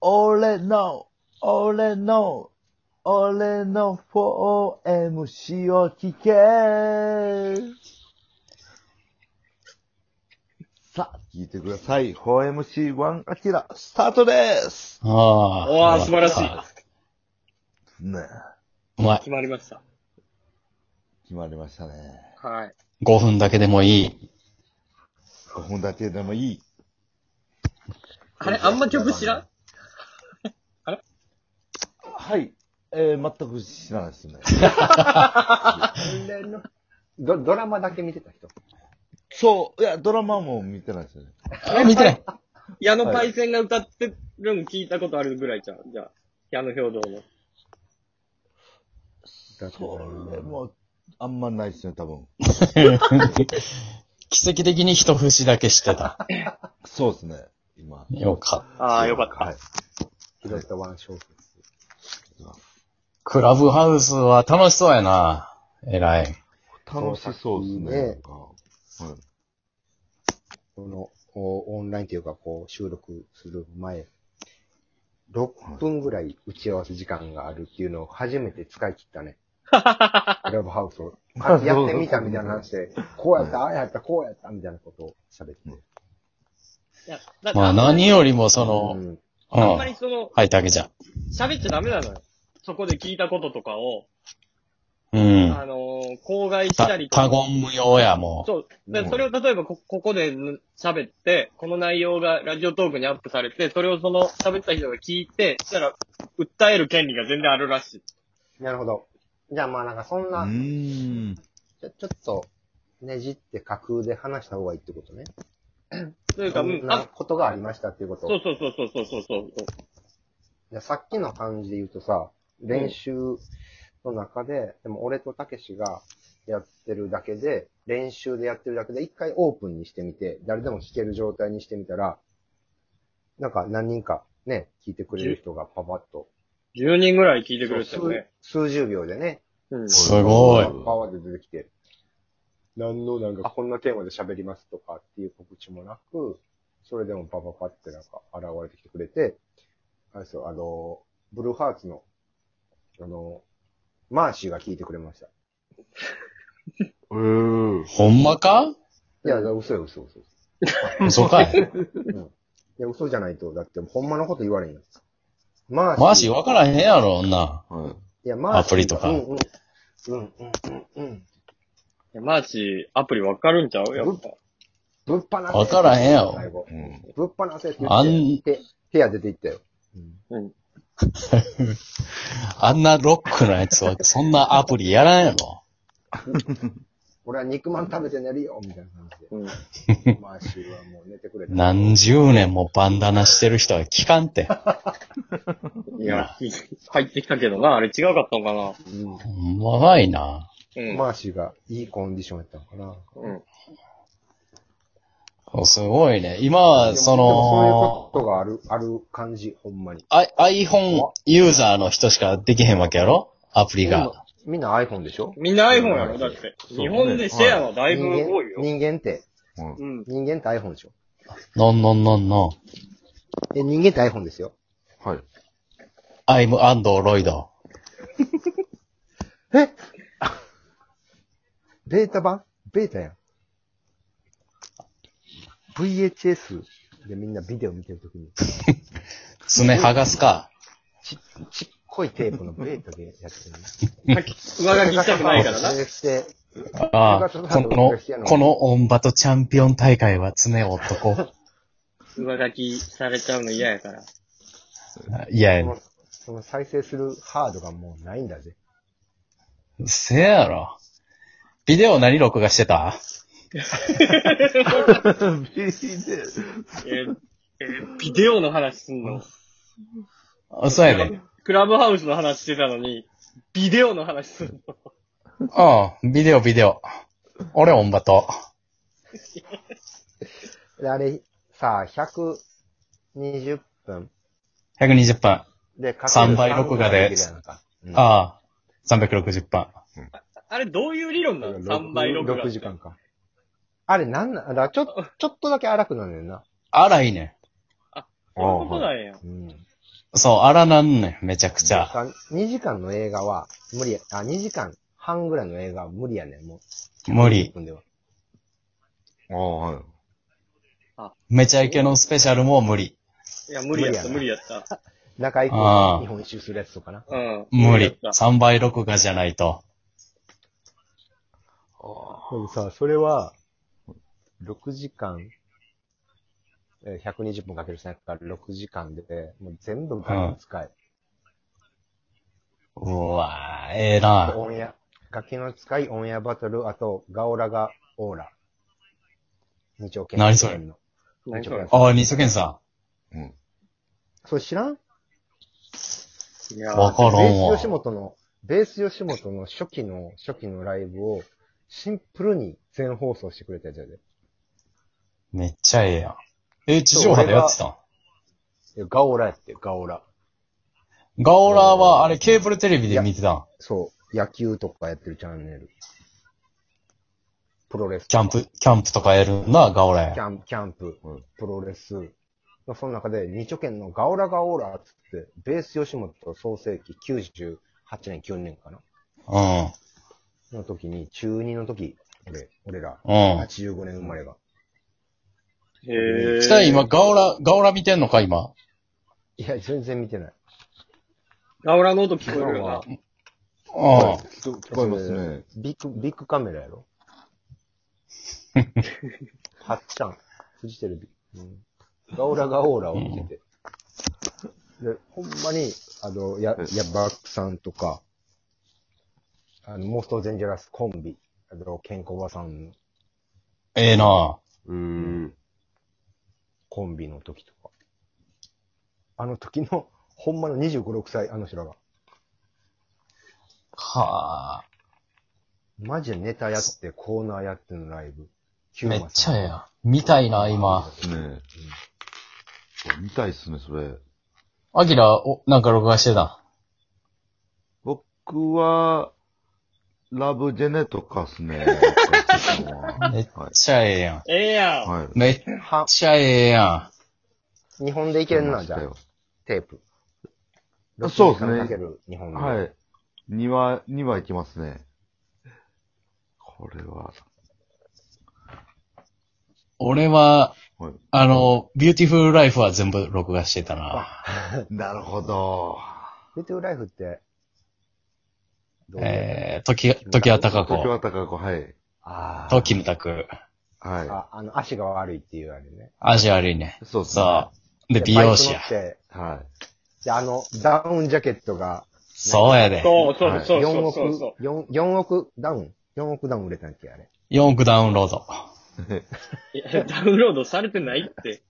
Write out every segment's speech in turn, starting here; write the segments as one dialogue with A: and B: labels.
A: 俺の、俺の、俺の 4MC を聞け。さあ、聞いてください。4MC1 アキラ、スタートです。
B: ああ。
C: おー素晴らしい。
A: ね
B: うまい。
C: 決まりました。
A: 決まりましたね。
C: はい。
B: 5分だけでもいい。
A: 5分だけでもいい。
C: あれ、あんま曲知らん
A: はい。えー、全く知らないですね。
D: ドドラマだけ見てた人。
A: そう。いや、ドラマも見てないですよね。
B: え、見てない。
C: 矢野パイセンが歌ってるの聞いたことあるぐらいじゃん。じゃあ、矢野兵道の。
A: それも、あんまないですね、多分。
B: 奇跡的に一節だけしてた。
A: そうですね、今。
B: よかった。
C: ああ、よかった。
A: はい。
D: 拾ったワン小説。
B: クラブハウスは楽しそうやな。えらい。
A: 楽しそうですね。
D: ね
A: なんかはい
D: この、おオンラインというか、こう、収録する前、6分ぐらい打ち合わせ時間があるっていうのを初めて使い切っ たね。クラブハウスを。あやってみたみたいな話で、こうやった、ああやった、こうやった、みたいなことを喋って。
C: いやだって
B: まあ何よりもそ
D: うん
B: の、う
C: あんま
B: ん
C: り。その、
B: はい、だけじゃ。
C: 喋っちゃダメなのよ。そこで聞いたこととかを、
B: うん。
C: あのー、口外したたり、と
B: 他
C: か。
B: 言無用や、も
C: そう。
A: うん
C: で、それを例えばこ、ここで喋って、この内容がラジオトークにアップされて、それをその喋った人が聞いて、そしたら、訴える権利が全然あるらしい。
D: なるほど。じゃあまあなんかそん
A: う
D: な、
A: ーん。
D: ちょちょっと、ねじって架空で話した方がいいってことね。
C: というか、
D: そ
C: うん
D: ん、な
C: あ、
D: ことがありましたっていうこと。
C: そうそうそうそうそうそうそう。
D: でさっきの感じで言うとさ、練習の中で、でも俺とたけしがやってるだけで、練習でやってるだけで、一回オープンにしてみて、誰でも弾ける状態にしてみたら、なんか何人かね、聞いてくれる人がパパッと。
C: 10人ぐらい聞いてくれてたよね。
D: 数数十秒でね。
C: うん
B: う。。すごい
D: パ。ワーで出てきて。何のなんか、こんなテーマで喋りますとかっていう告知もなく、それでもパパパってなんか現れてきてくれて、あれですよ、あの、ブルーハーツの、あの、マーシーが聞いてくれました。
A: うーん。
B: ほんまか
D: いや、嘘よ、嘘、嘘。嘘
B: 嘘かい。
D: いや、嘘じゃないと、だって、ほんまのこと言われんやん。マーシー。
B: マジわからへんやろ、女。
A: はい。
D: いや、マーシーが。
B: アプリとか
D: うんうん。うんうんうんうん。
C: マーチ、アプリわかるんちゃうやっぱ。
D: ぶっ放せ。
B: わからへんやろ
D: 最後。
A: うん。
D: ぶっ放せって
B: あ
D: 言
B: ん
D: って、で部屋出て行ったよ。
C: うん。
B: あんなロックなやつは、そんなアプリやらんやろ。
D: 俺は肉まん食べて寝るよみたいな
C: うん。
D: 話 で。マーシーはもう寝てくれた。
B: 何十年もバンダナしてる人は聞かんて。
C: いや、入ってきたけどな、あれ違うかったのかな。
D: うん
B: ほんまかいな。
C: うん。
D: マーシーがいいコンディションやったのかな。
C: うん。
B: すごいね。今は、そ
D: でも
B: の、
D: そういうことがある、ある感じ、ほんまに。
B: I- iPhone ユーザーの人しかできへんわけやろアプリが。
D: みんな iPhone でしょ
C: みんな iPhone やろだって。
A: そうね
C: 日本でシェアはだいぶ
D: 人間
C: 多いよ。
D: 人間って、
A: うん
C: うん。
D: 人間って iPhone でしょ
B: のんのんのんのん。
D: え、人間って iPhone ですよ。
A: はい。
B: I'm Android。
D: え ベータ版ベータやん。VHS でみんなビデオ見てるときに、
B: 爪剥がすか。
D: ちっこいテープのベータでやってる。
C: 書き上書きしたくないから な。
D: それして
B: ああ、この、このオンバトチャンピオン大会は爪を折っとこ う。
C: 上書きされちゃうの嫌やから。
B: いや、
D: もうその再生するハードがもうないん だぜ。
B: せやろ。ビデオ何録画してた
C: えーえービデオの話すんの。
B: あそうや ね。
C: クラブハウスの話してたのに、ビデオの話すんの。
B: うん、ビデオビデオ。俺オンバト。
D: で、あれ、さあ、120分
B: 120分。
D: で、か
B: 三倍録画で
D: 三倍やんかうん
B: ああ、360分。
C: あれどういう理論なの ?3 倍録画。
D: 6時間か。あれ、なんなんだからち ょっと、ちょっとだけ荒くなるねんな。
B: あら、いいね。
C: そういうことなんや。
D: うん。
B: そう、あらなんねん、めちゃくちゃ。
D: 2時間の映画は無理や、あ、2時間半ぐらいの映画は無理やねん、もう。
B: 無理
D: 90分では
A: ああ、はい。
B: めちゃイケのスペシャルも無理。
C: いや、無理やった、無
D: 無
C: 理
D: 理
C: やった。
D: 中井くん
B: あ
D: が
B: ー
D: 日本一周するやつとかな。
C: うん。
B: 無理
C: や。った
B: 3倍録画じゃないと。
D: でもさ、それは、6時間、えー120分かける3から6時間で、もう全部ガキ使い。
B: うわー、ええな。
D: オンエア、ガキの使い、オンエアバトル、あと、ガオラがオーラ。二丁拳。
B: 何それ
D: の
C: 何それ
B: ああ、西健さ
A: うん。
D: それ知らん
C: いや
B: ん。わ
C: ー
B: から
D: ベ
B: ん
D: ース
B: わ
D: 吉。本の、ベース吉本の初期の、初期のライブを、シンプルに全放送してくれたやつやで。
B: めっちゃええやん。え、地上波でやってたん
D: いやガオラやって、ガオラ。
B: ガオラは、あれ、ケーブルテレビで見てたん
D: そう、野球とかやってるチャンネル。プロレス。
B: キャンプ、キャンプとかやるんだ、ガオラ
D: キ
B: や。
D: ャンプ、キャンプ
A: うん、
D: プロレス。まあその中で、二丁拳のガオラガオラっつって、ベース吉本創世紀98年、9年かな
B: うん。
D: の時に、中2の時、俺、俺ら、
B: うん。
D: 85年生まれが。
C: へー
B: 北井今、ガオラ、ガオラ見てんのか、今。
D: いや、全然見てない。
C: ガオラの音聞こえるよ
D: ま
C: な
D: あ。
B: うん。
A: 聞こ聞こえますね。
D: ビッグ、ビッグカメラ やろはっちゃん。フジテレビ。うんガオラガオーラを見てて。で、ほんまに、あの、や、や、バックさんとか、あの、モーストデンジャラスコンビ、あの、ケンコバさんの
B: ええな。
A: うーん。
D: コンビの時とか。あの時の、ほんまの25、6歳、あの人らが。
B: はあ。
D: マジでネタやって、コーナーやってのライブ。ヒュー
B: めっ
D: マ
B: ち
D: さん
B: ゃええやん。見たいな、今。
A: ねえ。見たいっすね、それ。
B: アキラ、お、なんか録画してた
A: 僕は、ラブジェネとかっすね。
B: ん。めっ
A: はい。
B: ちゃええやん。
C: ええやん。
A: はい。
B: めっ
D: は、
B: ちゃええや
D: 日本でいけんな、じゃあ。テープ。
A: あそうですね
D: 6時間かける日本で。
A: はい。2話、2話いきますね。これは。
B: ん。俺は、
A: はい、
B: あの、ビューティフルライフは全部録画してたな。
A: なるほど。
D: ビューティーライフって、どう
B: えー、時、時は高
A: 時
B: 子。
A: は高子、はい。
D: あー
B: 時のたく。
A: は
D: あ、あの、足が悪いっていうあれね。
B: 味悪いね
A: い。。そうですね。
B: そう。で、美容師や
D: バイ。ク乗って
A: は
D: で、あの、ダウンジャケットが、
B: そうやで。
C: そうそう
A: はい
C: そう
D: 4
C: そう
D: 億
C: そうそ、
D: 4, 4億ダウン ?4 億ダウン売れたんけ、あれ。
B: 4億ダウンロード。
C: う。いやダウンロードされてないって。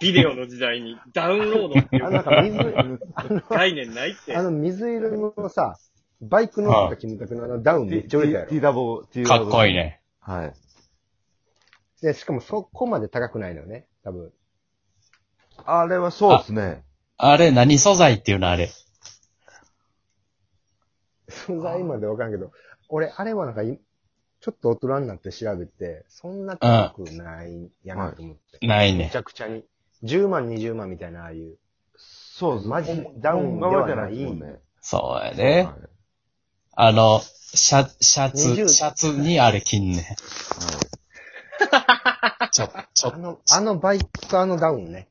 C: ビデオの時代にダウンロードってい
D: あの、
C: う
D: なんか水、あの、
C: 概念ないって
D: あ。の水色のさ、バイク乗ってたキムタクのあのダウン
A: い。
D: め
A: T
D: っちゃ売れたや
A: T
D: ろ。
A: ダボ、T ダ
B: か
A: ボ。
B: っこいい。ね。
A: はい。
D: で、しかもそこまで高くないのよね、多分。
A: あれはそうですね。
B: あれ、何素材っていうのあれ。
D: 存在までわからんけど、俺、あれはなんかい、ちょっと大人になって調べて、そんな高くないやなと思って。
B: ない
D: め
B: ね
D: ち。ゃくちゃに。10万、20万みたいな、ああいう。
A: そうです
D: マジダウンではない
A: 本側
B: そうや
A: じゃないですもんね。
B: で
A: は。い
B: あの、シャ、シャツ、
D: 20
B: シャツにあれ着んね。ちょ、ち
D: あ
B: ょ、
D: の、あのバイクとあのダウンね。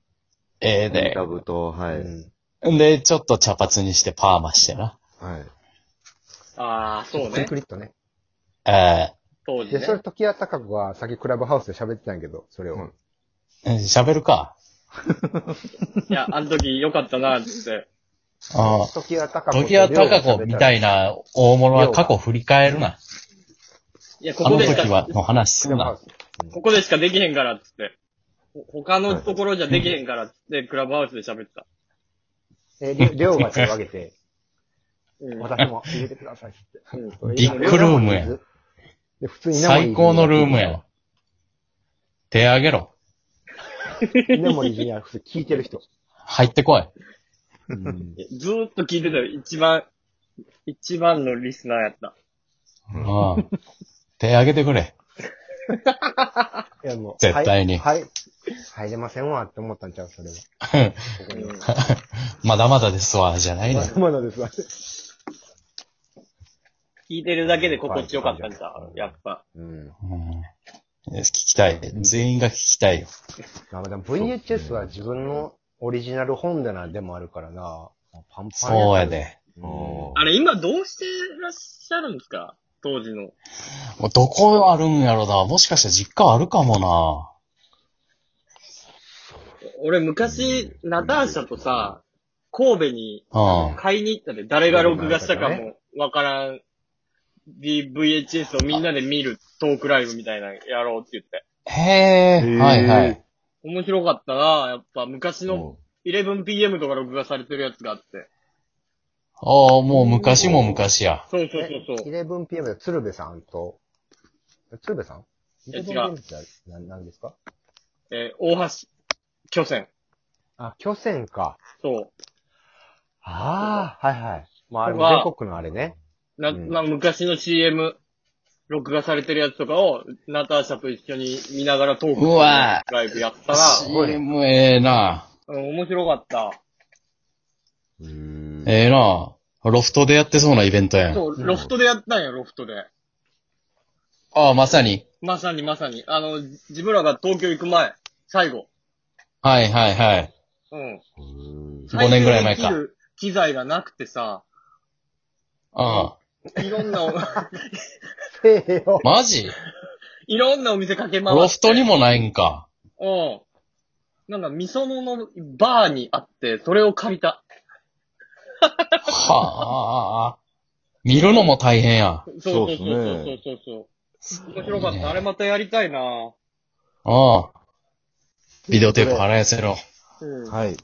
B: え
A: は
B: え
A: い。T ダボと、は
D: う
A: い。
D: ん。
B: で。で、ちょっと茶髪にしてパーマしてな。
A: はい。
C: ああ、そう
D: クリ
C: ね
D: ク。リッとね。
B: え
C: 当時
D: で、
C: ね。
D: それ、時矢隆子がさっきクラブハウスで喋ってたんやけど、それを。
A: うん
B: え喋るか。
C: いや、あの時良かったなって。
B: うん。
D: 時矢隆子。
B: 時は高子みた
D: い。
B: いな大物は過去振り返るな。
C: いや、こ
B: あ
C: こ
B: の
C: でし
B: 時
C: か
B: は、の話す
D: クラ
B: ん
D: ブハウ
B: な。
D: ス。
C: ここでしかできへんからっつって。ほ他のところじゃできへんからっつって、クラブハウスで喋ってた。
D: え、りょりょうが手を挙げて、
C: うん
D: 私も入れてくださいって。
C: うん
B: ビッグルームや。
D: で、普通に生
B: 最高のルームやわ。手あげろ。
D: 稲森ジュニア、普通聞いてる人。
B: 入ってこい。
A: うん
C: ずーっと聞いてたよ。一番、一番のリスナーやった。
B: うん。手あげてくれ。
D: いやもう
B: 絶対に
D: はい。はい入れませんわって思ったんちゃうそれは。ここには
B: まだまだですわ、じゃないの
D: ま。だまだですわ。
C: 聞いてるだけで心地よかったんだ
D: う。ん
C: やっぱ。
D: うん。
B: うん聞きたい。全員が聞きたいよ。
D: まあでも VHS は自分のオリジナル本棚でもあるからな。パンパン
B: そうや
D: で。
B: で。
D: うん
A: お
C: あれ、今どうしてらっしゃるんですか当時の。
B: もうどこあるんやろな。もしかしたら実家あるかも
C: 俺、昔、ナターシャとさ、神戸に
B: な。うん。
C: 買いに行ったで、誰が録画したかもわからん。VHS をみんなで見るトークライブみたいなのやろうって言って。
B: へ
A: へ
B: え、
A: ー
B: はいはい。
C: 面白かったなやっぱ昔
A: う
C: の
A: ん
C: 11PM とか録画されてるやつがあって。
B: ああ、もう昔も昔や。
C: そうそう
D: え
C: そうそう。
D: 11PM で鶴瓶さんと、え鶴瓶さん
C: や違う
D: ?11PM ってな何ですか
C: えー大橋、巨船。
D: あ、巨船か。
C: そう。
D: ああ、はいはい。まあ、あれ、
C: ここは
D: 全国のあれね。
C: な、
D: うん
C: な、昔の CM、録画されてるやつとかを、ナターシャと一緒に見ながらトークする
B: うわ
C: ライブやったら、
D: ごい
B: CM ええな。
C: うん、面白かった。
A: うん
B: ええな。ロフトでやってそうなイベントやん。
C: そう、ロフトでやったんや、ロフトで。
B: ああ、まさに。
C: まさにまさに。あの、じ自分らが東京行く前、最後。
B: はいはいはい。
C: うん。
B: 5年ぐらい前か
C: 再生できる機材がなくてさ、
B: ああ。
C: いろんな お、
D: せえよ。
B: マジ
C: いろんなお店かけ回って。
B: ロフトにもないんか。
C: うん。なんか、みそののバーにあって、それを借りた。
B: はあ。見るのも大変や。
C: そうそうそう
A: そうっす
C: そ
A: ね
C: うそうそう。面白かった。あれまたやりたいな
B: ああ。ビデオテープ払えせろ。
C: うん。
A: はい。